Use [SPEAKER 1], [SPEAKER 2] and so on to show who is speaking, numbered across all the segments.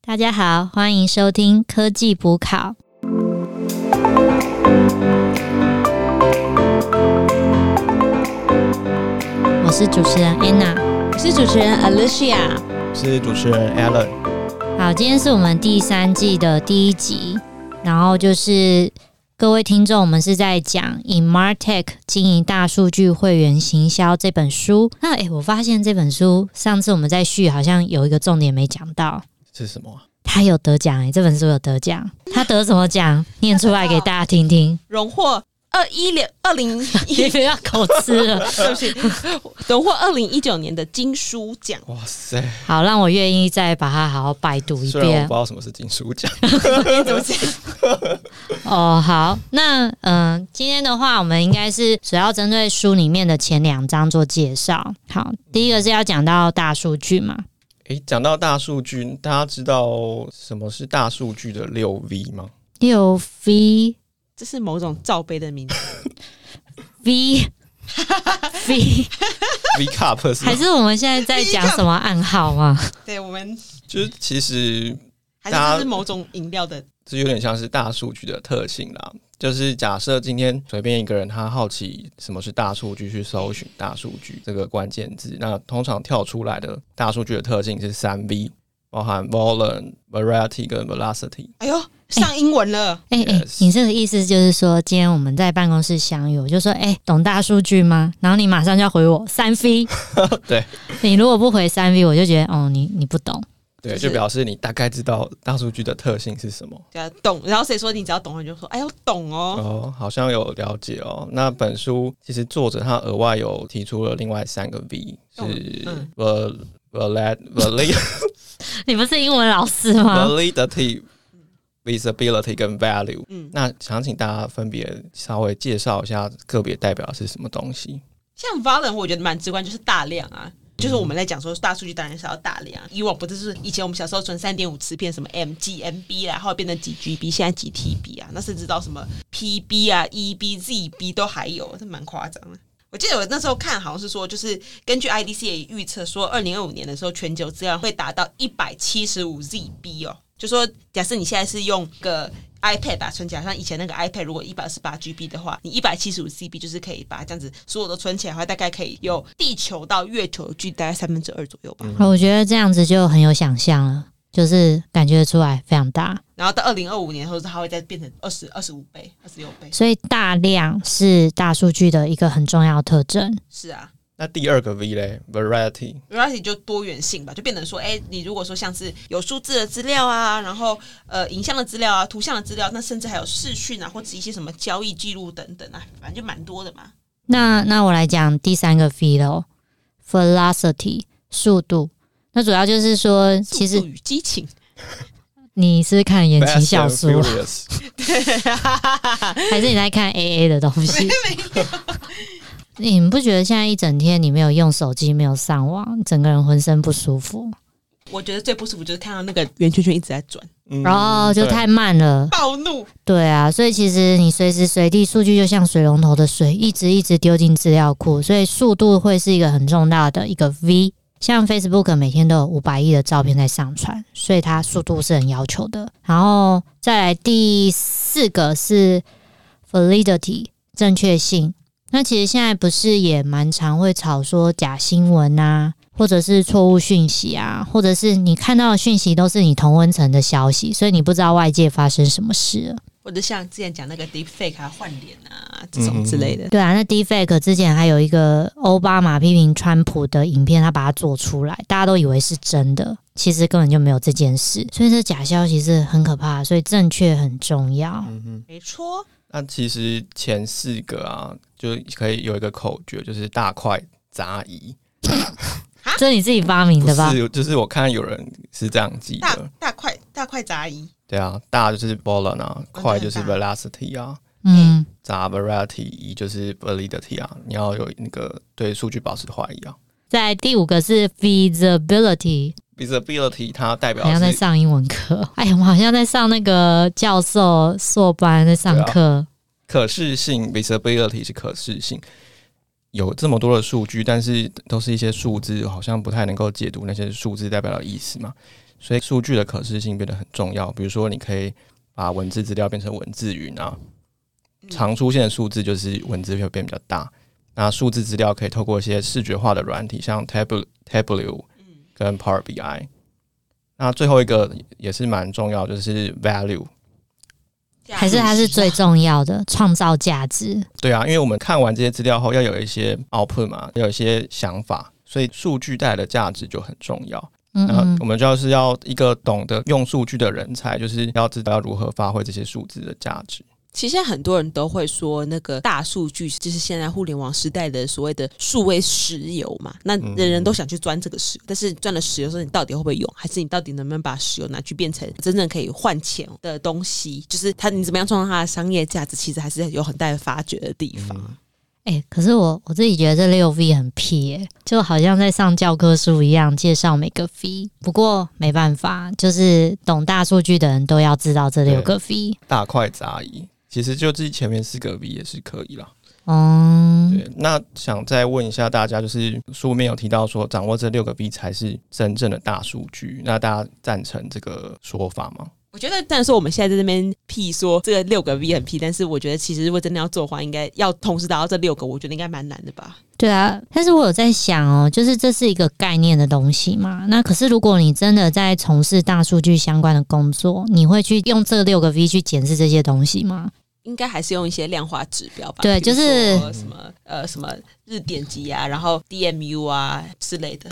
[SPEAKER 1] 大家好，欢迎收听科技补考。我是主持人 Anna。
[SPEAKER 2] 我是主持人 Alicia。
[SPEAKER 3] 是主持人 Alan。
[SPEAKER 1] 好，今天是我们第三季的第一集，然后就是各位听众，我们是在讲《Inmartech 经营大数据会员行销》这本书。那诶、我发现这本书上次我们在序好像有一个重点没讲到，
[SPEAKER 3] 是什么啊？
[SPEAKER 1] 它有得奖欸诶、这本书有得奖，它得什么 奖？念出来给大家听听。
[SPEAKER 2] 荣获二一零二 零
[SPEAKER 1] 你
[SPEAKER 2] 一，
[SPEAKER 1] 不要口吃 了，
[SPEAKER 2] 对不起， 荣获二零一九年的金书奖。
[SPEAKER 3] 哇塞！
[SPEAKER 1] 好，让我愿意再把它好好拜读一
[SPEAKER 3] 虽然我
[SPEAKER 1] 遍
[SPEAKER 3] 不知。道什么是金书奖，
[SPEAKER 2] 哎
[SPEAKER 1] 哦，好，那嗯、呃今天的话，我们应该是主要针对书里面的前两章做介绍。好，第一个是要讲到大数据嘛，
[SPEAKER 3] 诶，讲到大数据，大家知道什么是大数据的六 V 吗？
[SPEAKER 1] 六 V
[SPEAKER 2] 这是某种罩杯的名字，
[SPEAKER 1] V V，
[SPEAKER 3] V Cup 是吗
[SPEAKER 1] 还是我们现在在讲什么暗号啊吗？
[SPEAKER 2] 对我们
[SPEAKER 3] 就是其实
[SPEAKER 2] 还
[SPEAKER 3] 大
[SPEAKER 2] 是
[SPEAKER 3] 家
[SPEAKER 2] 这是某种饮料的，
[SPEAKER 3] 这有点像是大数据的特性啦。就是假设今天随便一个人他好奇什么是大数据，去搜寻大数据这个关键字，那通常跳出来的大数据的特性是三 V，包含 volume、variety 跟 velocity。
[SPEAKER 2] 哎呦，上英文了，
[SPEAKER 1] 哎哎、
[SPEAKER 3] Yes
[SPEAKER 1] 你这个意思就是说，今天我们在办公室相遇，我就说，哎、懂大数据吗？然后你马上就要回我三 V，
[SPEAKER 3] 对，
[SPEAKER 1] 你如果不回三 V，我就觉得，哦，你你不懂。
[SPEAKER 3] 对，
[SPEAKER 2] 就是
[SPEAKER 3] 就表示你大概知道大数据的特性是什么。
[SPEAKER 2] 对啊，懂。然后谁说你只要懂了，你就说哎呦懂哦。
[SPEAKER 3] 哦，好像有了解哦。那本书其实作者他额外有提出了另外三个 V，是
[SPEAKER 1] 哦
[SPEAKER 2] 嗯
[SPEAKER 3] val valid valid
[SPEAKER 1] 你不是英文老师吗？
[SPEAKER 3] validity、visibility 跟 value。
[SPEAKER 2] 嗯，
[SPEAKER 3] 那想请大家分别稍微介绍一下个别代表是什么东西。
[SPEAKER 2] 像 Valen，我觉得蛮直观，就是大量啊。就是我们在讲说大数据当然是要大量，啊以往不就是以前我们小时候存三点五磁片，什么 MG、MB 啊啦，后来变成几 GB，现在几 TB 啊，那甚至到什么 PB 啊、EB、ZB 都还有，这蛮夸张的。我记得我那时候看好像是说，就是根据 IDC 也预测说，二零二五年的时候，全球资料会达到一百七十五 ZB 哦。就说假设你现在是用个 iPad 啊打存起来，像以前那个 iPad 如果一百二十八 GB 的话，你一百七十五 CB 就是可以把它这样子所有都存起来的话，大概可以有地球到月球距大概三分之二左右吧。
[SPEAKER 1] 哦我觉得这样子就很有想象了，就是感觉出来非常大。
[SPEAKER 2] 然后到二零二五年后，它会再变成二十二十五倍、二十六倍。
[SPEAKER 1] 所以大量是大数据的一个很重要的特征。
[SPEAKER 2] 是啊，
[SPEAKER 3] 那第二个 V 嘞，variety，
[SPEAKER 2] 然后你就多元性吧，就变成说，哎、你如果说像是有数字的资料啊，然后呃影像的资料啊、图像的资料，那甚至还有视讯啊，或者一些什么交易记录等等啊，反正就蛮多的嘛。
[SPEAKER 1] 那那我来讲第三个 V 喽，velocity 速度。那主要就是说，其
[SPEAKER 2] 速
[SPEAKER 1] 实
[SPEAKER 2] 度与激 情，
[SPEAKER 1] 你是看言情
[SPEAKER 3] Fast
[SPEAKER 1] 小
[SPEAKER 3] and
[SPEAKER 1] 说，
[SPEAKER 3] Furious
[SPEAKER 1] 还是你在看 A A 的东西？你们不觉得现在一整天你没有用手机，没有上网，整个人浑身不舒服，
[SPEAKER 2] 我觉得最不舒服就是看到那个圆圈圈一直在转，
[SPEAKER 3] 嗯
[SPEAKER 1] 然后就
[SPEAKER 3] 对
[SPEAKER 1] 太慢了。
[SPEAKER 2] 暴怒。
[SPEAKER 1] 对啊，所以其实你随时随地数据就像水龙头的水，一直一直丢进资料库，所以速度会是一个很重要的一个 V。像 Facebook 每天都有五百亿的照片在上传，所以它速度是很要求的。然后再来第四个是 validity 正确性。那其实现在不是也蛮常会炒说假新闻啊，或者是错误讯息啊，或者是你看到的讯息都是你同温层的消息，所以你不知道外界发生什么事了。
[SPEAKER 2] 或者像之前讲那个 deep fake 啊、换脸啊这种之类的，
[SPEAKER 1] 对啊，那 Deepfake 之前还有一个奥巴马批评川普的影片，他把它做出来，大家都以为是真的，其实根本就没有这件事，所以这假消息是很可怕的，所以正确很重要。
[SPEAKER 3] 嗯
[SPEAKER 2] 没错。
[SPEAKER 3] 那其实前四个啊，就可以有一个口诀，就是大块杂宜，
[SPEAKER 1] 这是你自己发明
[SPEAKER 3] 不
[SPEAKER 1] 的吧？
[SPEAKER 3] 是，就是我看有人是这样记
[SPEAKER 2] 大
[SPEAKER 3] 的，
[SPEAKER 2] 大块大块杂鱼，
[SPEAKER 3] 对啊，大就是 volume 啊，
[SPEAKER 2] 哦很
[SPEAKER 3] 快就是
[SPEAKER 2] 大
[SPEAKER 3] velocity 啊，
[SPEAKER 1] 嗯，
[SPEAKER 3] 杂 variety 一就是 validity 啊，你要有那个对数据保持怀疑啊。
[SPEAKER 1] 在第五个是 Visibility，
[SPEAKER 3] visibility 它代表
[SPEAKER 1] 好像在
[SPEAKER 3] 是
[SPEAKER 1] 上英文课， 哎，我们好像在上那个教授硕班在上课，
[SPEAKER 3] 可视性，visibility 是可视性。有这么多的数据，但是都是一些数字，好像不太能够解读那些数字代表的意思嘛。所以数据的可视性变得很重要。比如说，你可以把文字资料变成文字云啊，常出现的数字就是文字会变比较大。那数字资料可以透过一些视觉化的软体，像 Tableau、Tableau 跟 Power BI。那最后一个也是蛮重要，就是 value。啊
[SPEAKER 1] 还是它是最重要的，创造价值。
[SPEAKER 3] 对啊，因为我们看完这些资料后，要有一些 output 嘛，要有一些想法，所以数据带来的价值就很重要。
[SPEAKER 1] 嗯
[SPEAKER 3] 那
[SPEAKER 1] 嗯
[SPEAKER 3] 我们就是要一个懂得用数据的人才，就是要知道如何发挥这些数字的价值。
[SPEAKER 2] 其实现在很多人都会说，那个大数据就是现在互联网时代的所谓的数位石油嘛。那
[SPEAKER 3] 嗯
[SPEAKER 2] 人人都想去钻这个石油，但是钻了石油之后，你到底会不会用？还是你到底能不能把石油拿去变成真正可以换钱的东西？就是它，你怎么样创造它的商业价值，其实还是有很大的发掘的地方。
[SPEAKER 1] 哎、可是我我自己觉得这六 V 很屁耶、就好像在上教科书一样介绍每个 V。不过没办法，就是懂大数据的人都要知道这六个 V。
[SPEAKER 3] 大块杂宜，其实就自己前面四个 V 也是可以啦。
[SPEAKER 1] 嗯，
[SPEAKER 3] 对，那想再问一下大家，就是书里面有提到说，掌握这六个 B 才是真正的大数据，那大家赞成这个说法吗？
[SPEAKER 2] 我觉得，虽然说我们现在在这边屁说这个六个 V 很屁，但是我觉得其实如果真的要做的话，应该要同时达到这六个，我觉得应该蛮难的吧。
[SPEAKER 1] 对啊。但是我有在想哦，就是这是一个概念的东西嘛。那可是如果你真的在从事大数据相关的工作，你会去用这六个 V 去检视这些东西吗？
[SPEAKER 2] 应该还是用一些量化指标吧，
[SPEAKER 1] 对
[SPEAKER 2] 比如
[SPEAKER 1] 就是
[SPEAKER 2] 说什么呃什么日点击啊，然后 DMU 啊之类的。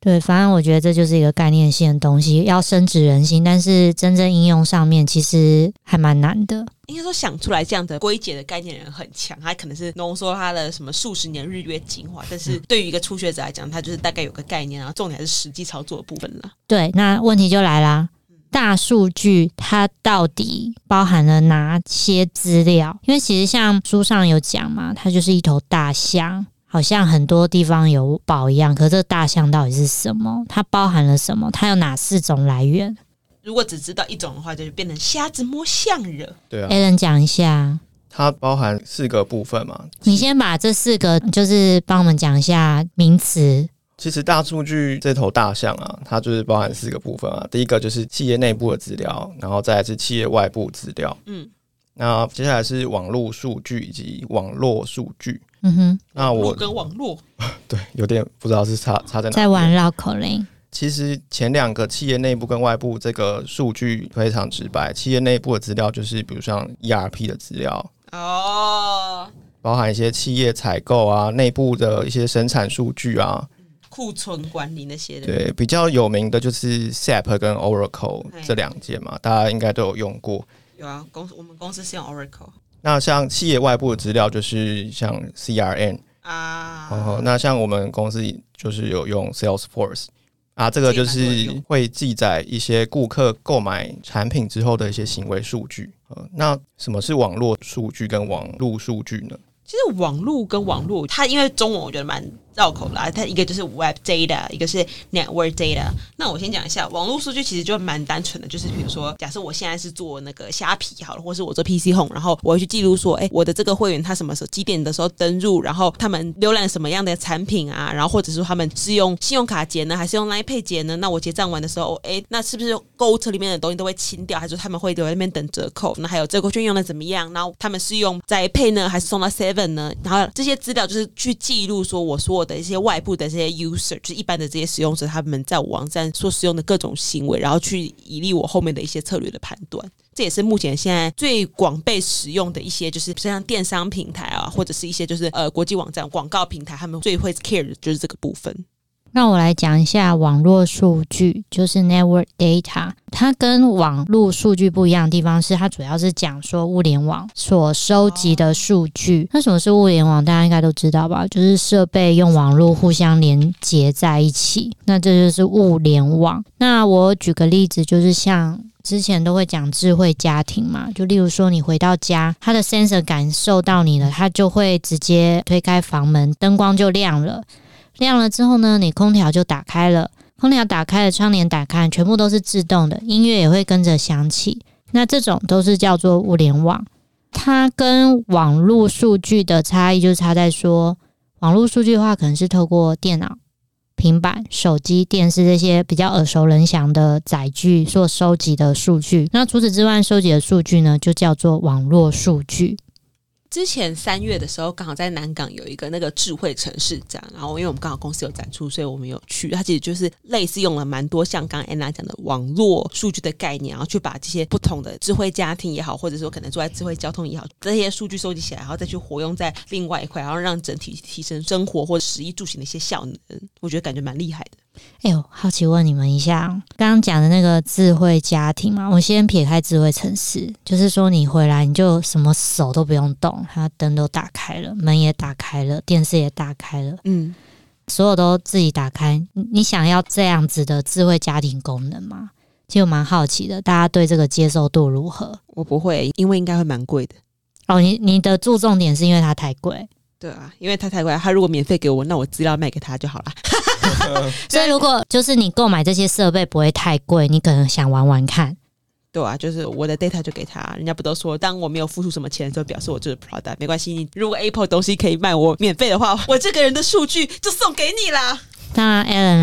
[SPEAKER 1] 对，反正我觉得这就是一个概念性的东西，要深植人心，但是真正应用上面其实还蛮难的。
[SPEAKER 2] 应该说想出来这样的归结的概念的人很强，他可能是浓缩他的什么数十年日月精华，但是对于一个初学者来讲，他就是大概有个概念，然后啊重点还是实际操作的部分啦。
[SPEAKER 1] 对，那问题就来啦。
[SPEAKER 3] 嗯
[SPEAKER 1] 大数据它到底包含了哪些资料？因为其实像书上有讲嘛，它就是一头大象，好像很多地方有宝一样。可是这大象到底是什么？它包含了什么？它有哪四种来源
[SPEAKER 2] 如果只知道一种的话，就变成瞎子摸象了。
[SPEAKER 3] 对啊，
[SPEAKER 1] ？Allen 讲一下，
[SPEAKER 3] 它包含四个部分嘛。
[SPEAKER 1] 你先把这四个就是帮我们讲一下名词。
[SPEAKER 3] 其实大数据这头大象啊，它就是包含四个部分啊。第一个就是企业内部的资料，然后再来是企业外部资料，
[SPEAKER 2] 嗯，
[SPEAKER 3] 那接下来是网络数据以及网络数据。
[SPEAKER 1] 嗯哼，
[SPEAKER 3] 那
[SPEAKER 2] 路
[SPEAKER 3] 我
[SPEAKER 2] 跟网络，
[SPEAKER 3] 对有点不知道是差差在哪里。
[SPEAKER 1] 在玩绕口令。
[SPEAKER 3] 其实前两个企业内部跟外部这个数据非常直白，企业内部的资料就是比如像 ERP 的资料，
[SPEAKER 2] 哦，
[SPEAKER 3] 包含一些企业采购啊、内部的一些生产数据啊。
[SPEAKER 2] 库存管理那些的。
[SPEAKER 3] 对，比较有名的就是 SAP 跟 Oracle
[SPEAKER 2] 对
[SPEAKER 3] 这两件嘛，大家应该都有用过。
[SPEAKER 2] 有啊，公司我们公司是用 Oracle
[SPEAKER 3] 那像企业外部的资料就是像 CRM，
[SPEAKER 2] 啊，
[SPEAKER 3] 然后那像我们公司就是有用 Salesforce。啊，这个就
[SPEAKER 2] 这也蛮多
[SPEAKER 3] 是
[SPEAKER 2] 人用
[SPEAKER 3] 会记载一些顾客购买产品之后的一些行为数据。呃，那什么是网络数据跟网络数据呢？
[SPEAKER 2] 其实网络跟网络，它因为中文我觉得蛮绕口啦。它一个就是 web data，一个是 network data。那我先讲一下网络数据，其实就蛮单纯的，就是比如说，假设我现在是做那个虾皮好了，或是我做 PC Home，然后我会去记录说，哎，我的这个会员他什么时候几点的时候登入，然后他们浏览什么样的产品啊，然后或者是他们是用信用卡结呢，还是用 Line Pay 结呢？那我结账完的时候，哎，那是不是购物车里面的东西都会清掉，还是他们会留在那边等折扣？那还有这个券用的怎么样？然后他们是用在 Pay 呢，还是送到 Seven 呢？然后这些资料就是去记录说我所有的一些外部的这些 user，就是一般的这些使用者，他们在我网站所使用的各种行为，然后去以利我后面的一些策略的判断。这也是目前现在最广被使用的一些，就是像电商平台啊，或者是一些就是呃国际网站广告平台，他们最会 care 的就是这个部分。
[SPEAKER 1] 那我来讲一下网络数据，就是 network data。它跟网络数据不一样的地方是，它主要是讲说物联网所收集的数据。那什么是物联网？大家应该都知道吧？就是设备用网络互相连接在一起，那这就是物联网。那我举个例子，就是像。之前都会讲智慧家庭嘛，就例如说你回到家，它的 sensor 感受到你了，它就会直接推开房门，灯光就亮了，亮了之后呢，你空调就打开了，空调打开了，窗帘打开了，全部都是自动的，音乐也会跟着响起。那这种都是叫做物联网。它跟网络数据的差异就是差在说，网络数据的话可能是透过电脑，平板、手机、电视这些比较耳熟能详的载具所收集的数据。那除此之外，收集的数据呢，就叫做网络数据。
[SPEAKER 2] 之前三月的时候，刚好在南港有一个那个智慧城市展，然后因为我们刚好公司有展出，所以我们有去。它其实就是类似用了蛮多像刚刚 Anna 讲的网络数据的概念，然后去把这些不同的智慧家庭也好，或者说可能住在智慧交通也好，这些数据收集起来，然后再去活用在另外一块，然后让整体提升生活或者食衣住行的一些效能。我觉得感觉蛮厉害的。
[SPEAKER 1] 哎呦，好奇问你们一下，刚刚讲的那个智慧家庭嘛，我先撇开智慧城市，就是说你回来你就什么手都不用动，它灯都打开了，门也打开了，电视也打开了，
[SPEAKER 2] 嗯，
[SPEAKER 1] 所有都自己打开。你你想要这样子的智慧家庭功能吗？其实我蛮好奇的，大家对这个接受度如何？
[SPEAKER 2] 我不会，因为应该会蛮贵的。
[SPEAKER 1] 哦，你你的注重点是因为它太贵，
[SPEAKER 2] 对啊，因为他太贵，他如果免费给我，那我资料卖给他就好了。
[SPEAKER 1] 所以如果就是你购买这些设备不会太贵，你可能想玩玩看。
[SPEAKER 2] 对啊，就是我的 data 就给他，人家不都说，当我没有付出什么钱的时候，表示我就是 product，没关系。你如果 Apple 东西可以卖我免费的话，我这个人的数据就送给你啦。
[SPEAKER 1] 当然，Alan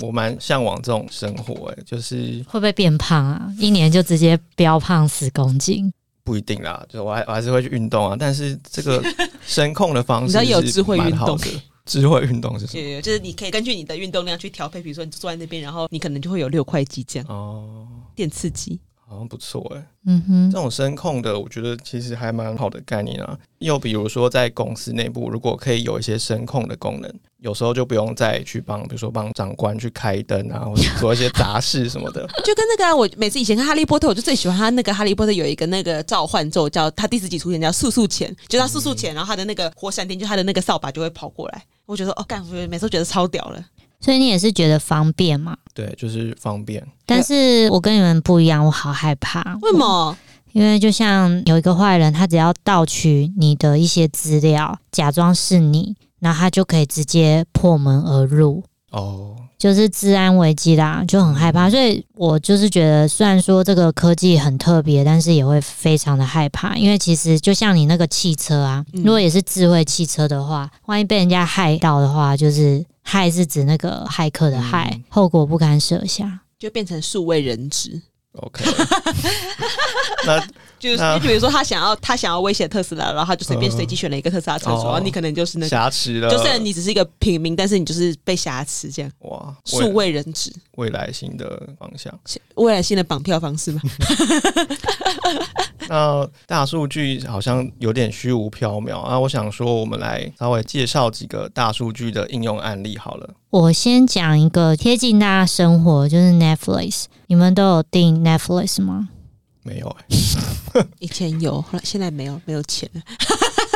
[SPEAKER 1] 嘞
[SPEAKER 3] 我蛮向往这种生活、欸，就是
[SPEAKER 1] 会不会变胖啊？一年就直接飙胖十公斤？
[SPEAKER 3] 不一定啦，就我还我还是会去运动啊，但是这 个声控的方
[SPEAKER 2] 你
[SPEAKER 3] 式
[SPEAKER 2] 知道有
[SPEAKER 3] 是
[SPEAKER 2] 智慧
[SPEAKER 3] 蛮
[SPEAKER 2] 运
[SPEAKER 3] 好
[SPEAKER 2] 动
[SPEAKER 3] 的，智慧运动是什么？
[SPEAKER 2] 对，就是你可以根据你的运动量去调配，比如说你坐在那边，然后你可能就会有六块肌这样，
[SPEAKER 3] 哦，
[SPEAKER 2] 电刺激。
[SPEAKER 3] 好像不错哎、
[SPEAKER 1] 嗯
[SPEAKER 3] 这
[SPEAKER 1] 哼，
[SPEAKER 3] 种声控的，我觉得其实还蛮好的概念啊。又比如说，在公司内部，如果可以有一些声控的功能，有时候就不用再去帮，比如说帮长官去开灯啊，或者做一些杂事什么 的。
[SPEAKER 2] 就跟那个、啊、我每次以前看《哈利波特》，我就最喜欢他那个《哈利波特》有一个那个召唤咒，叫他第十集出现叫速速前，就他速速前，然后他的那个火闪电，就他的那个扫把就会跑过来。我觉得哦，干，我每次都觉得超屌了。
[SPEAKER 1] 所以你也是觉得方便嘛？
[SPEAKER 3] 对，就是方便。
[SPEAKER 1] 但是我跟你们不一样，我好害怕。
[SPEAKER 2] 为什么？
[SPEAKER 1] 因为就像有一个坏人，他只要盗取你的一些资料，假装是你，那他就可以直接破门而入。
[SPEAKER 3] 哦，
[SPEAKER 1] 就是治安危机啦，就很害怕，所以我就是觉得，虽然说这个科技很特别，但是也会非常的害怕，因为其实就像你那个汽车啊，
[SPEAKER 2] 嗯
[SPEAKER 1] 如果也是智慧汽车的话，万一被人家害到的话，就是害是指那个骇客的害，
[SPEAKER 3] 嗯
[SPEAKER 1] 后果不堪设想。
[SPEAKER 2] 就变成数位人质。
[SPEAKER 3] OK，那
[SPEAKER 2] 就是
[SPEAKER 3] 那
[SPEAKER 2] 比如说他想要他想要威胁特斯拉，然后他就随便随机选了一个特斯拉车主，
[SPEAKER 3] 哦
[SPEAKER 2] 然后你可能就是 那个，
[SPEAKER 3] 瑕疵了，
[SPEAKER 2] 就虽然你只是一个平民，但是你就是被瑕疵这样，
[SPEAKER 3] 哇，
[SPEAKER 2] 数
[SPEAKER 3] 未
[SPEAKER 2] 位人质，
[SPEAKER 3] 未来新的方向。
[SPEAKER 2] 未来新的绑票方式嘛。
[SPEAKER 3] 那大数据好像有点虚无缥缈啊，我想说，我们来稍微介绍几个大数据的应用案例好了。
[SPEAKER 1] 我先讲一个贴近大家生活，就是 Netflix，你们都有订 Netflix 吗？
[SPEAKER 3] 没有、欸，
[SPEAKER 2] 以前有，后来现在没有，没有钱了。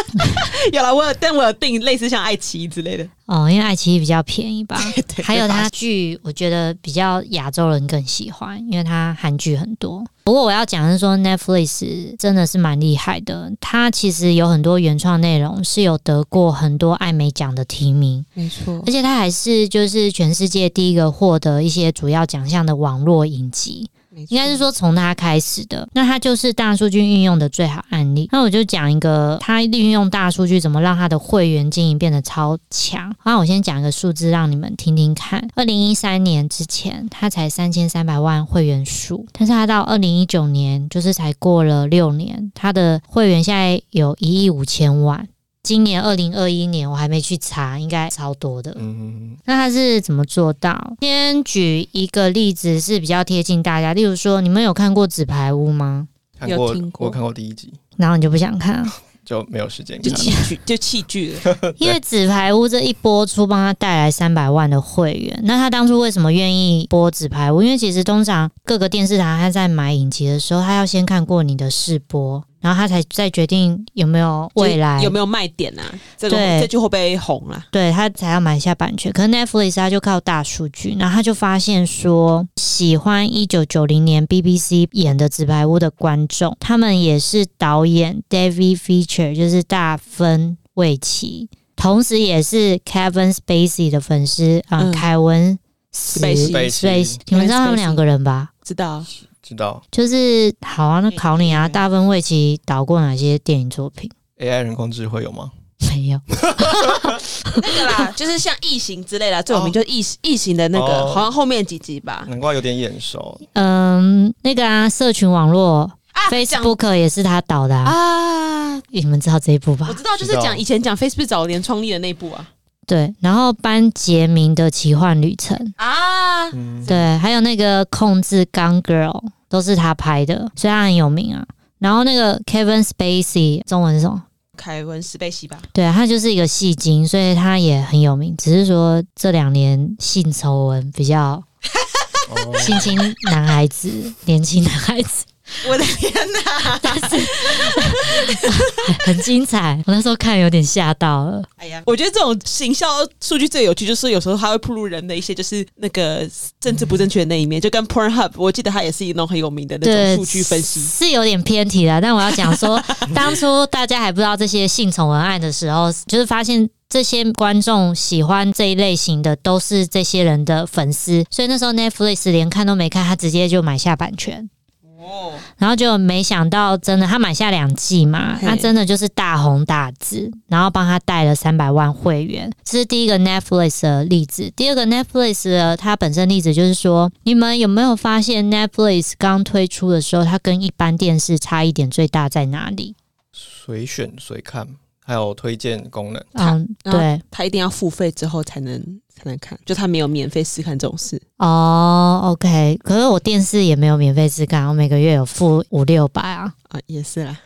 [SPEAKER 2] 有了，我有，但我有订类似像爱奇艺之类的，
[SPEAKER 1] 哦，因为爱奇艺比较便宜吧。
[SPEAKER 2] 对
[SPEAKER 1] 还有
[SPEAKER 2] 对吧
[SPEAKER 1] 它剧，我觉得比较亚洲人更喜欢，因为它韩剧很多。不过我要讲的是说，Netflix 真的是蛮厉害的，它其实有很多原创内容是有得过很多艾美奖的提名，
[SPEAKER 2] 没错
[SPEAKER 1] 而，且它还是就是全世界第一个获得一些主要奖项的网络影集。应该是说从它开始的。那它就是大数据运用的最好案例。那我就讲一个，它利用大数据怎么让它的会员经营变得超强。那我先讲一个数字让你们听听看。二零一三年之前，它才三千三百万会员数，但是它到二零一九年，就是才过了六年，它的会员现在有一亿五千万。今年二零二一年，我还没去查，应该超多的。
[SPEAKER 3] 嗯，
[SPEAKER 1] 那他是怎么做到？先举一个例子是比较贴近大家，例如说，你们有看过《纸牌屋》吗？
[SPEAKER 3] 看
[SPEAKER 2] 有
[SPEAKER 3] 过
[SPEAKER 2] 听，过
[SPEAKER 3] 我看过第一集，
[SPEAKER 1] 然后你就不想看 了，
[SPEAKER 3] 就没有时间
[SPEAKER 2] 就
[SPEAKER 3] 看。
[SPEAKER 2] 弃剧，就弃剧了。
[SPEAKER 1] 因为《纸牌屋》这一播出帮他带来三百万的会员。那他当初为什么愿意播《纸牌屋》？因为其实通常各个电视台他在买影集的时候，他要先看过你的试播，然后他才再决定有没有未来
[SPEAKER 2] 就是有没有卖点啊？这个
[SPEAKER 1] 对
[SPEAKER 2] 这句会不会红啊？
[SPEAKER 1] 对他才要买下版权。可是 Netflix 他就靠大数据，然后他就发现说，喜欢一九九零年 BBC 演的《纸牌屋》的观众，他们也是导演 David Feature，就是大芬魏奇，同时也是 Kevin Spacey 的粉丝啊、
[SPEAKER 2] 嗯
[SPEAKER 1] 凯文史
[SPEAKER 2] Spacey
[SPEAKER 1] Spacey，你们知道他们两个人吧？
[SPEAKER 2] 知道
[SPEAKER 3] 知道
[SPEAKER 1] 就是好啊，那考你啊，大芬魏奇导过哪些电影作品？
[SPEAKER 3] AI 人工智慧有吗？
[SPEAKER 1] 没有，
[SPEAKER 2] 那个啦， 就是像异形之类啦，最有名
[SPEAKER 3] 哦
[SPEAKER 2] 就是异形异形的那个，
[SPEAKER 3] 哦
[SPEAKER 2] 好像后面几集吧。
[SPEAKER 3] 难怪有点眼熟。
[SPEAKER 1] 嗯，那个啊，社群网络
[SPEAKER 2] 啊讲
[SPEAKER 1] Facebook 也是他导的啊，
[SPEAKER 2] 啊，
[SPEAKER 1] 你们知道这一部吧
[SPEAKER 2] 我？知道，就是
[SPEAKER 3] 知道
[SPEAKER 2] 讲以前讲 Facebook 早年创立的那一部啊
[SPEAKER 1] 对，然后班杰明的奇幻旅程，
[SPEAKER 2] 啊，
[SPEAKER 3] 嗯，
[SPEAKER 1] 对，还有那个控制钢 girl 都是他拍的，所以他很有名啊。然后那个 Kevin Spacey 中文是什么？
[SPEAKER 2] 凯文史贝西吧，
[SPEAKER 1] 对他就是一个戏精，所以他也很有名。只是说这两年性丑闻比较
[SPEAKER 3] 哦
[SPEAKER 1] 性侵男孩子、年轻男孩子，
[SPEAKER 2] 我的天哪！
[SPEAKER 1] 很精彩。我那时候看有点吓到了。
[SPEAKER 2] 哎呀，我觉得这种行销数据最有趣，就是有时候它会暴露人的一些就是那个政治不正确的那一面，就跟 Pornhub，我记得它也是一种很有名的那种
[SPEAKER 1] 对，
[SPEAKER 2] 数据分析。
[SPEAKER 1] 是有点偏题了，但我要讲 说，当初大家还不知道这些性丑闻案的时候，就是发现。这些观众喜欢这一类型的，都是这些人的粉丝，所以那时候 Netflix 连看都没看，他直接就买下版权。
[SPEAKER 2] 哦，
[SPEAKER 1] 然后就没想到，真的他买下两季嘛，
[SPEAKER 2] 嘿
[SPEAKER 1] 他真的就是大红大紫，然后帮他带了三百万会员。这是第一个 Netflix 的例子。第二个 Netflix 的它本身例子就是说，你们有没有发现 Netflix 刚推出的时候，它跟一般电视差异点最大在哪里？
[SPEAKER 3] 随选随看，还有推荐功能。
[SPEAKER 1] 嗯，
[SPEAKER 2] 然后
[SPEAKER 1] 对，
[SPEAKER 2] 它一定要付费之后才能才能看，就它没有免费试看这种事。
[SPEAKER 1] 哦，OK。可是我电视也没有免费试看，我每个月有付五六百啊。
[SPEAKER 2] 啊，也是啦，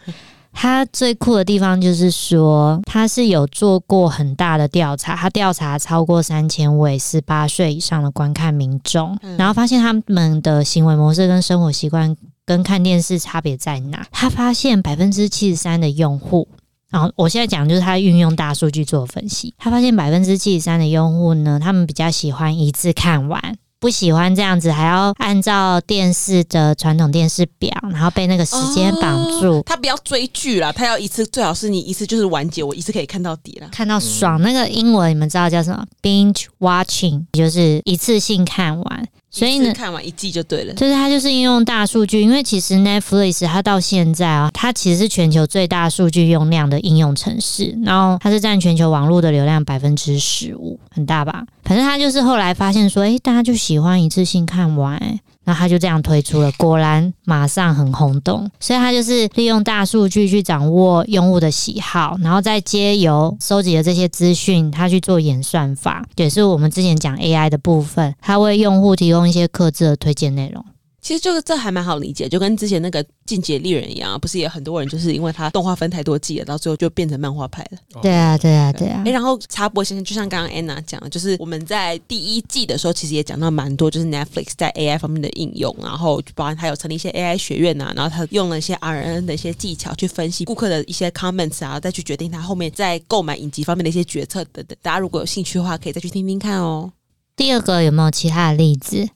[SPEAKER 1] 他最酷的地方就是说，他是有做过很大的调查，他调查超过三千位十八岁以上的观看民众，
[SPEAKER 2] 嗯
[SPEAKER 1] 然后发现他们的行为模式跟生活习惯跟看电视差别在哪。他发现百分之七十三的用户。然后我现在讲就是他运用大数据做分析，他发现百分之七十三的用户呢，他们比较喜欢一次看完，不喜欢这样子还要按照电视的传统电视表，然后被那个时间绑住。
[SPEAKER 2] 他不要追剧啦，他要一次，最好是你一次就是完结，我一次可以看到底啦。
[SPEAKER 1] 看到爽。那个英文你们知道叫什么？binge watching，就是一次性看完。所以
[SPEAKER 2] 一
[SPEAKER 1] 呢
[SPEAKER 2] 次，看完一季就对了。
[SPEAKER 1] 就是它就是应用大数据，因为其实 Netflix 它到现在啊，它其实是全球最大数据用量的应用城市，然后它是占全球网络的流量百分之十五，很大吧？反正它就是后来发现说，诶、大家就喜欢一次性看完、诶然后他就这样推出了，果然马上很轰动。所以他就是利用大数据去掌握用户的喜好，然后再借由收集的这些资讯，他去做演算法，也是我们之前讲 AI 的部分，它为用户提供一些克制的推荐内容。
[SPEAKER 2] 其实这个这还蛮好理解，就跟之前那个《进阶猎人》一样啊，不是也很多人就是因为他动画分太多季了，到最后就变成漫画派了。
[SPEAKER 1] 对
[SPEAKER 3] 哦
[SPEAKER 1] 啊，对啊，对啊
[SPEAKER 2] 哎、，然后插播先生，就像刚刚 Anna 讲的，就是我们在第一季的时候，其实也讲到蛮多，就是 Netflix 在 AI 方面的应用，然后包含它有成立一些 AI 学院呐、然后它用了一些 RNN 的一些技巧去分析顾客的一些 comments 啊，再去决定他后面在购买影集方面的一些决策等等。大家如果有兴趣的话，可以再去听听看哦。
[SPEAKER 1] 第二个有没有其他的例子？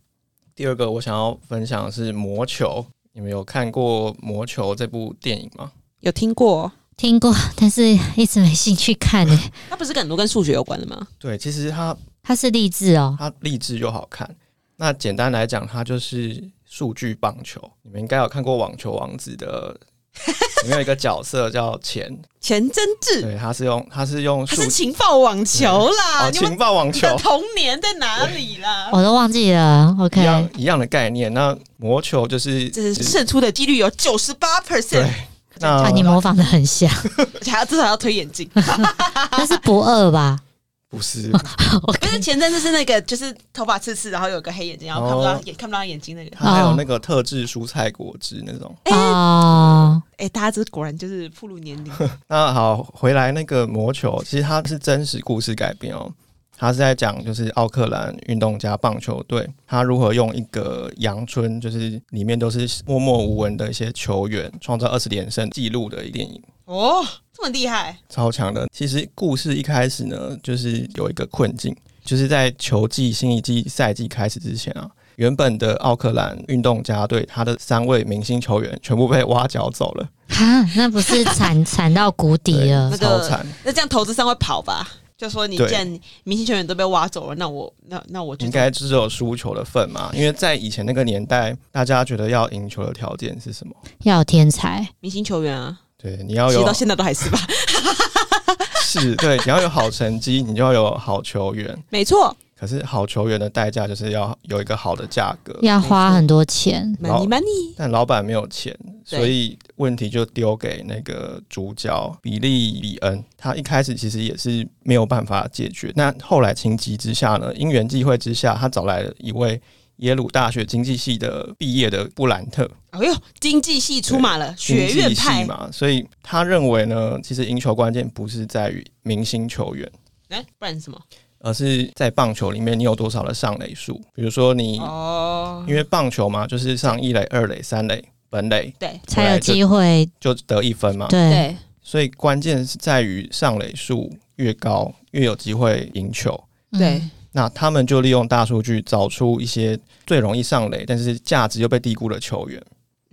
[SPEAKER 3] 第二个我想要分享的是《魔球》，你们有看过《魔球》这部电影吗？
[SPEAKER 2] 有听过？哦
[SPEAKER 1] 听过， 但是一直没兴趣看呢、
[SPEAKER 2] 它不是跟很多跟数学有关的吗？
[SPEAKER 3] 对，其实它
[SPEAKER 1] 它是励志哦，
[SPEAKER 3] 它励志又好看。那简单来讲，它就是数据棒球。你们应该有看过《网球王子》 的，里面有一个角色叫钱，
[SPEAKER 2] 钱真智，
[SPEAKER 3] 对，他是用他是用
[SPEAKER 2] 它
[SPEAKER 3] 数
[SPEAKER 2] 是情报网球啦，
[SPEAKER 3] 哦
[SPEAKER 2] 啊你们
[SPEAKER 3] 情报网
[SPEAKER 2] 你
[SPEAKER 3] 球
[SPEAKER 2] 的童年在哪里啦？
[SPEAKER 1] 我都忘记了。
[SPEAKER 3] 啊一
[SPEAKER 1] OK，
[SPEAKER 3] 样一样的概念。那魔球就是
[SPEAKER 2] 这是胜出的几率有九十八 percent，
[SPEAKER 3] 对，那
[SPEAKER 1] 啊，你模仿的很 像，
[SPEAKER 2] 而且还要至少要推眼镜。
[SPEAKER 1] 那是不二吧？
[SPEAKER 3] 不 是
[SPEAKER 2] 哦但是前阵子是那个，就是头发刺刺，然后有个黑眼睛，然后看不到、
[SPEAKER 3] 哦
[SPEAKER 2] 也看不到眼睛那个。
[SPEAKER 3] 它还有那个特制蔬菜果汁那种。
[SPEAKER 2] 哎
[SPEAKER 1] 哦，
[SPEAKER 2] 哎、大家这果然就是暴露年龄。
[SPEAKER 3] 那好，回来那个魔球，其实它是真实故事改编哦。它是在讲就是奥克兰运动家棒球队，他如何用一个阳春，就是里面都是默默无闻的一些球员，创造二十连胜纪录的一个电影。
[SPEAKER 2] 哦，这么厉害！
[SPEAKER 3] 超强的。其实故事一开始呢，就是有一个困境，就是在球季新一季赛季开始之前啊，原本的奥克兰运动家队他的三位明星球员全部被挖角走了，
[SPEAKER 1] 哈，那不是惨 惨到谷底了
[SPEAKER 2] 啊那？
[SPEAKER 3] 超
[SPEAKER 2] 个
[SPEAKER 3] 惨。
[SPEAKER 2] 那这样投资商会跑吧？就说你既
[SPEAKER 3] 对
[SPEAKER 2] 然明星球员都被挖走了，那我那那我就
[SPEAKER 3] 应该只有输球的份嘛，因为在以前那个年代，大家觉得要赢球的条件是什么？
[SPEAKER 1] 要有天才，
[SPEAKER 2] 明星球员啊，
[SPEAKER 3] 对，你要
[SPEAKER 2] 其实
[SPEAKER 3] 有
[SPEAKER 2] 到现在都还是吧。
[SPEAKER 3] 是对，你要有好成绩，你就要有好球员。
[SPEAKER 2] 没错，
[SPEAKER 3] 可是好球员的代价就是要有一个好的价格，
[SPEAKER 1] 要花很多钱。
[SPEAKER 3] 然后
[SPEAKER 2] money money，
[SPEAKER 3] 但老板没有钱，
[SPEAKER 2] 对
[SPEAKER 3] 所以问题就丢给那个主角比利比恩。他一开始其实也是没有办法解决，那后来情急之下呢，因缘际会之下，他找来了一位耶鲁大学经济系的毕业的布兰特，
[SPEAKER 2] 哎呦，经济系出马了，学
[SPEAKER 3] 经
[SPEAKER 2] 院
[SPEAKER 3] 济系
[SPEAKER 2] 派，
[SPEAKER 3] 嘛，所以他认为呢，其实赢球关键不是在于明星球员。
[SPEAKER 2] 哎、不然什么？
[SPEAKER 3] 而是在棒球里面，你有多少的上垒数？比如说你，
[SPEAKER 2] 哦，
[SPEAKER 3] 嗯因为棒球嘛，就是上一垒、二垒、三垒、本垒
[SPEAKER 2] 对
[SPEAKER 1] 才有机会，
[SPEAKER 3] 就得一分嘛。
[SPEAKER 1] 对，
[SPEAKER 2] 对，
[SPEAKER 3] 所以关键是在于上垒数越高，越有机会赢球。
[SPEAKER 1] 嗯
[SPEAKER 2] 对，
[SPEAKER 3] 那他们就利用大数据找出一些最容易上垒，但是价值又被低估的球员，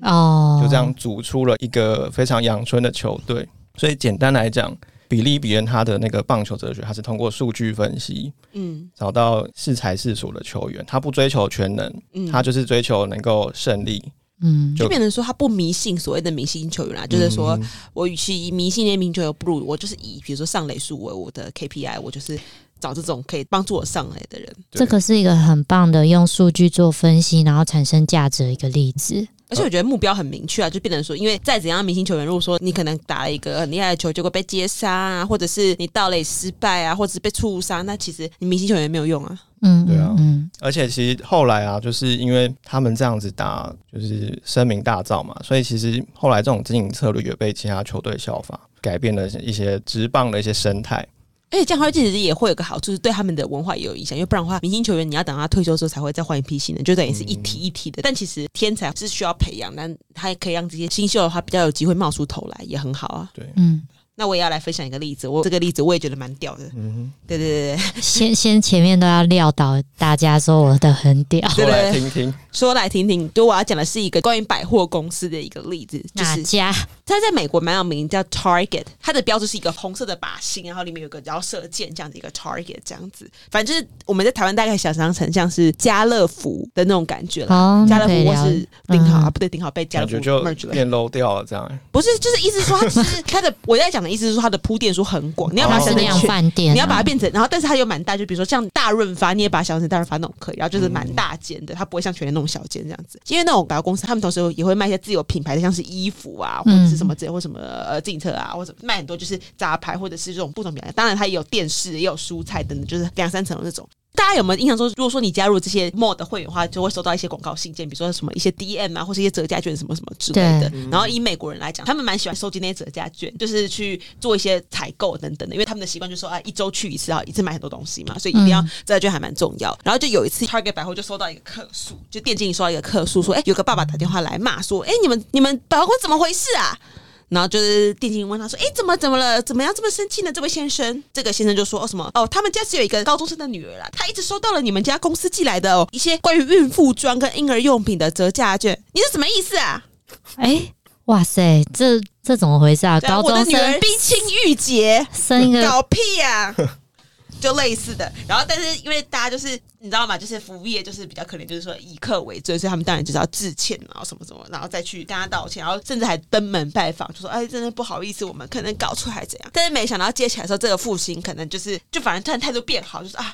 [SPEAKER 1] 哦，
[SPEAKER 3] 就这样组出了一个非常阳春的球队。所以简单来讲，比利比恩他的那个棒球哲学，他是通过数据分析
[SPEAKER 2] 嗯
[SPEAKER 3] 找到适才适所的球员，他不追求全能，
[SPEAKER 2] 嗯，
[SPEAKER 3] 他就是追求能够胜利。
[SPEAKER 1] 嗯，
[SPEAKER 3] 就
[SPEAKER 2] 就变成说他不迷信所谓的明星球员啦，就是说
[SPEAKER 3] 嗯
[SPEAKER 2] 我与其以迷信那些名球员，不如我就是以比如说上垒数为我的 KPI，我就是找这种可以帮助我上垒的人。
[SPEAKER 3] 对
[SPEAKER 1] 这个是一个很棒的用数据做分析，然后产生价值的一个例子。
[SPEAKER 2] 而且我觉得目标很明确啊，就变成说，因为再怎样明星球员，如果说你可能打了一个很厉害的球，结果被接杀啊，或者是你盗垒失败啊，或者是被触杀，那其实你明星球员没有用啊。
[SPEAKER 1] 嗯，
[SPEAKER 3] 对啊
[SPEAKER 1] 嗯，
[SPEAKER 3] 而且其实后来啊，就是因为他们这样子打，就是声名大噪嘛，所以其实后来这种经营策略也被其他球队效仿，改变了一些职棒的一些生态。
[SPEAKER 2] 而且这样的话，其实也会有个好处，就是对他们的文化也有影响。因为不然的话，明星球员你要等他退休之后才会再换一批新人，就等于是一梯一梯的。但其实天才是需要培养，但他也可以让这些新秀的话比较有机会冒出头来，也很好啊。
[SPEAKER 1] 嗯，
[SPEAKER 2] 那我也要来分享一个例子，我这个例子我也觉得蛮屌的。
[SPEAKER 3] 嗯，
[SPEAKER 2] 对对对对，
[SPEAKER 1] 先先前面都要撂倒大家说我的很屌，
[SPEAKER 3] 说来听听，
[SPEAKER 2] 说来听听，就我要讲的是一个关于百货公司的一个例子， 就
[SPEAKER 1] 哪
[SPEAKER 2] 是
[SPEAKER 1] 家？
[SPEAKER 2] 它在美国蛮有名，叫 Target，它的标志是一个红色的靶心，然后里面有个然后射箭这样的一个 Target 这样子，反正就是我们在台湾大概想象成像是家乐福的那种感觉啦。
[SPEAKER 1] 哦，
[SPEAKER 2] 呃家
[SPEAKER 1] 那
[SPEAKER 2] 乐
[SPEAKER 1] 可以
[SPEAKER 2] 福或
[SPEAKER 1] 聊。
[SPEAKER 2] 是顶好啊，
[SPEAKER 1] 嗯
[SPEAKER 2] 不对，顶好被家乐
[SPEAKER 3] 感
[SPEAKER 2] 福
[SPEAKER 3] 觉就
[SPEAKER 2] merge 了，
[SPEAKER 3] 变 low 掉了这样。
[SPEAKER 2] 不是，就是意思说它其实它的我在讲的意思是说它的铺垫数很广，你要把
[SPEAKER 1] 它是
[SPEAKER 2] 它想
[SPEAKER 1] 那
[SPEAKER 2] 成
[SPEAKER 1] 样
[SPEAKER 2] 全
[SPEAKER 1] 饭店啊，
[SPEAKER 2] 你要把它变成，然后但是它又蛮大，就比如说像大润发，你也把它想成大润发那种可以，然后就是蛮大间的，它不会像全联那种小间这样子。因为那种百货公司，他们同时也会卖一些自有品牌的，像是衣服啊，或者是什么之类，或什么呃自行车啊，或者卖很多就是杂牌或者是这种不同品牌。当然，它也有电视，也有蔬菜等等，就是两三层的那种。大家有没有印象说，如果说你加入这些 mod 的会员的话，就会收到一些广告信件，比如说什么一些 DM 啊，或是一些折价券什么什么之类的。然后以美国人来讲，他们蛮喜欢收集那些折价券，就是去做一些采购等等的，因为他们的习惯就是说啊，一周去一次啊，一次买很多东西嘛，所以一定要
[SPEAKER 1] 嗯
[SPEAKER 2] 折价券还蛮重要。然后就有一次，Target 百货就收到一个客诉，就店经理收到一个客诉，说，哎、有个爸爸打电话来骂说，哎、你们你们百货公司怎么回事啊？然后就是店经理问他说：“哎，怎么怎么了？怎么样这么生气呢？这位先生，这个先生就说：哦什么哦，他们家只有一个高中生的女儿啦，她一直收到了你们家公司寄来的哦一些关于孕妇装跟婴儿用品的折价券，你是什么意思啊？
[SPEAKER 1] 哎、哇塞，这这怎么回事啊？
[SPEAKER 2] 对啊
[SPEAKER 1] 高
[SPEAKER 2] 我的
[SPEAKER 1] 中
[SPEAKER 2] 女儿
[SPEAKER 1] 生
[SPEAKER 2] 冰清玉洁，
[SPEAKER 1] 生一个
[SPEAKER 2] 搞屁啊呀、 就类似的，然后但是因为大家就是你知道吗？就是服务业就是比较可怜，就是说以客为尊，所以他们当然就是要致歉，然后什么什么，然后再去跟他道歉，然后甚至还登门拜访，就说哎，真的不好意思，我们可能搞错还怎样。但是没想到接起来的时候，这个父亲可能就是就反正突然态度变好，就是啊，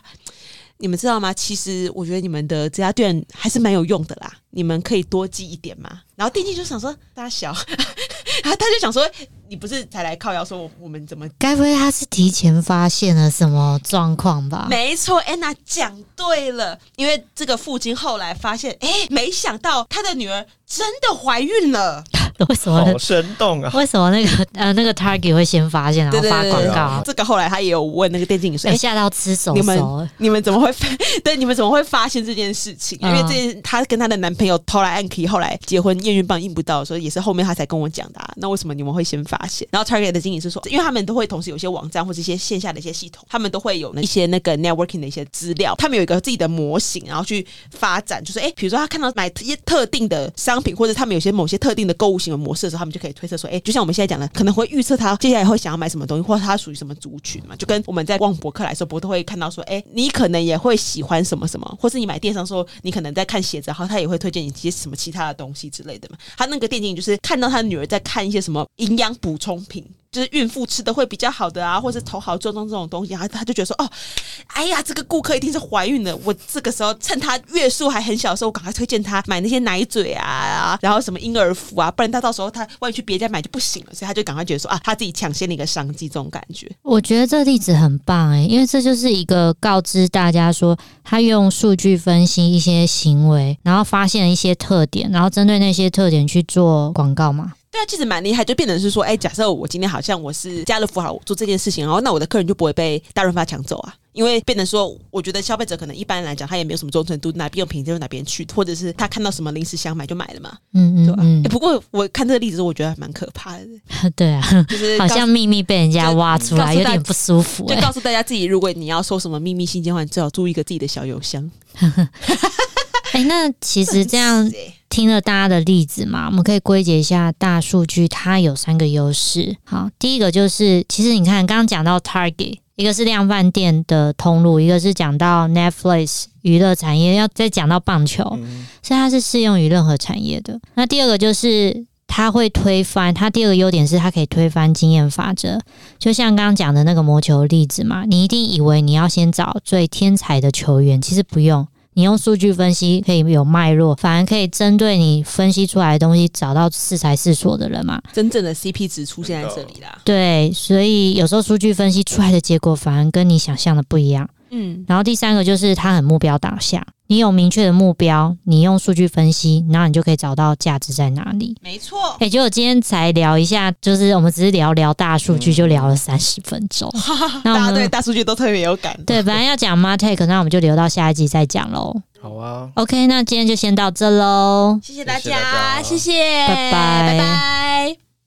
[SPEAKER 2] 你们知道吗？其实我觉得你们的这家店还是蛮有用的啦，你们可以多寄一点嘛。然后店经就想说大小， 然后他就想说你不是才来靠腰说我我们怎么
[SPEAKER 1] 该不会他是提前发现了什么状况吧？
[SPEAKER 2] 没错，Anna 讲对了，因为这个父亲后来发现，哎、没想到他的女儿真的怀孕了。
[SPEAKER 1] 为什么
[SPEAKER 3] 好生动啊！
[SPEAKER 1] 为什么那个呃那个 Target 会先发现，然后发广
[SPEAKER 3] 对
[SPEAKER 1] 告
[SPEAKER 3] 啊？
[SPEAKER 2] 这个后来他也有问那个电竞影说，
[SPEAKER 1] 哎
[SPEAKER 2] 哎、
[SPEAKER 1] 吓到吃手
[SPEAKER 2] 你
[SPEAKER 1] 手
[SPEAKER 2] 们，你们怎么会发 对你们怎么会发现这件事情？因为
[SPEAKER 1] 嗯
[SPEAKER 2] 这件她跟她的男朋友偷来暗 k 后来结婚验孕棒印不到的时候，也是后面她才跟我讲的、啊。那为什么你们会先发现？然后 Target 的经理是说，因为他们都会同时有一些网站或者一些线下的一些系统，他们都会有一些那个 networking 的一些资料，他们有一个自己的模型，然后去发展，就是哎，诶比如说他看到买一些特定的商品，或者他们有些某些特定的购物行为模式的时候，他们就可以推测说，哎，就像我们现在讲的，可能会预测他接下来会想要买什么东西，或者他属于什么族群嘛，就跟我们在逛博客来的时候，博客会看到说，哎，你可能也会喜欢什么什么，或是你买电商的时候，你可能在看鞋子，然后他也会推荐你一些什么其他的东西之类的嘛。他那个店经理就是看到他女儿在看一些什么营养补充品。就是孕妇吃的会比较好的啊，或者头好壮壮这种东西，然后他就觉得说，哦，哎呀，这个顾客一定是怀孕的，我这个时候趁他月数还很小的时候，我赶快推荐他买那些奶嘴啊，然后什么婴儿服啊，不然他到时候他万一去别家买就不行了，所以他就赶快觉得说啊，他自己抢先了一个商机，这种感觉。
[SPEAKER 1] 我觉得这例子很棒欸诶、因为这就是一个告知大家说，他用数据分析一些行为，然后发现了一些特点，然后针对那些特点去做广告嘛。
[SPEAKER 2] 对啊，其实蛮厉害，就变成是说，哎、假设我今天好像我是家乐福好了，我做这件事情，然后那我的客人就不会被大润发抢走啊，因为变成说，我觉得消费者可能一般来讲他也没有什么忠诚度，哪边有便宜就哪边去，或者是他看到什么零食想买就买了嘛，
[SPEAKER 1] 嗯
[SPEAKER 2] 对
[SPEAKER 1] 嗯
[SPEAKER 2] 吧、
[SPEAKER 1] 嗯
[SPEAKER 2] 哎，不过我看这个例子，我觉得还蛮可怕的，
[SPEAKER 1] 对啊，
[SPEAKER 2] 就是
[SPEAKER 1] 好
[SPEAKER 2] 告
[SPEAKER 1] 像秘密被人家挖出
[SPEAKER 2] 告
[SPEAKER 1] 来，
[SPEAKER 2] 诉
[SPEAKER 1] 有
[SPEAKER 2] 大
[SPEAKER 1] 点不舒服欸诶、
[SPEAKER 2] 就告诉大家自己，如果你要收什么秘密信件的话，你最好注意一个自己的小邮箱。
[SPEAKER 1] 哎、那其实这样
[SPEAKER 2] 是欸
[SPEAKER 1] 听了大家的例子嘛，我们可以归结一下大数据，它有三个优势。好，第一个就是，其实你看刚刚讲到 Target，一个是量贩店的通路，一个是讲到 Netflix 娱乐产业，要再讲到棒球，所以它是适用于任何产业的。那第二个就是。它会推翻，它第二个优点是它可以推翻经验法则，就像刚刚讲的那个魔球例子嘛，你一定以为你要先找最天才的球员，其实不用，你用数据分析可以有脉络，反而可以针对你分析出来的东西找到适才适所的人嘛。
[SPEAKER 2] 真正的 CP 值出现在这里啦。
[SPEAKER 1] 对，所以有时候数据分析出来的结果反而跟你想象的不一样。
[SPEAKER 2] 嗯，
[SPEAKER 1] 然后第三个就是它很目标导向，你有明确的目标，你用数据分析，然后你就可以找到价值在哪里。
[SPEAKER 2] 没错。
[SPEAKER 1] 哎、结果今天才聊一下，就是我们只是聊聊大数据，就聊了三十分钟。那
[SPEAKER 2] 大
[SPEAKER 1] 我
[SPEAKER 2] 家对
[SPEAKER 1] 们
[SPEAKER 2] 大数据都特别有感。
[SPEAKER 1] 对本来要讲 Martech，那我们就留到下一集再讲喽。
[SPEAKER 3] 好啊，
[SPEAKER 1] OK，那今天就先到这喽。
[SPEAKER 2] 谢谢
[SPEAKER 3] 大家谢谢大家
[SPEAKER 1] 拜
[SPEAKER 2] 谢，
[SPEAKER 1] 拜拜
[SPEAKER 2] 拜。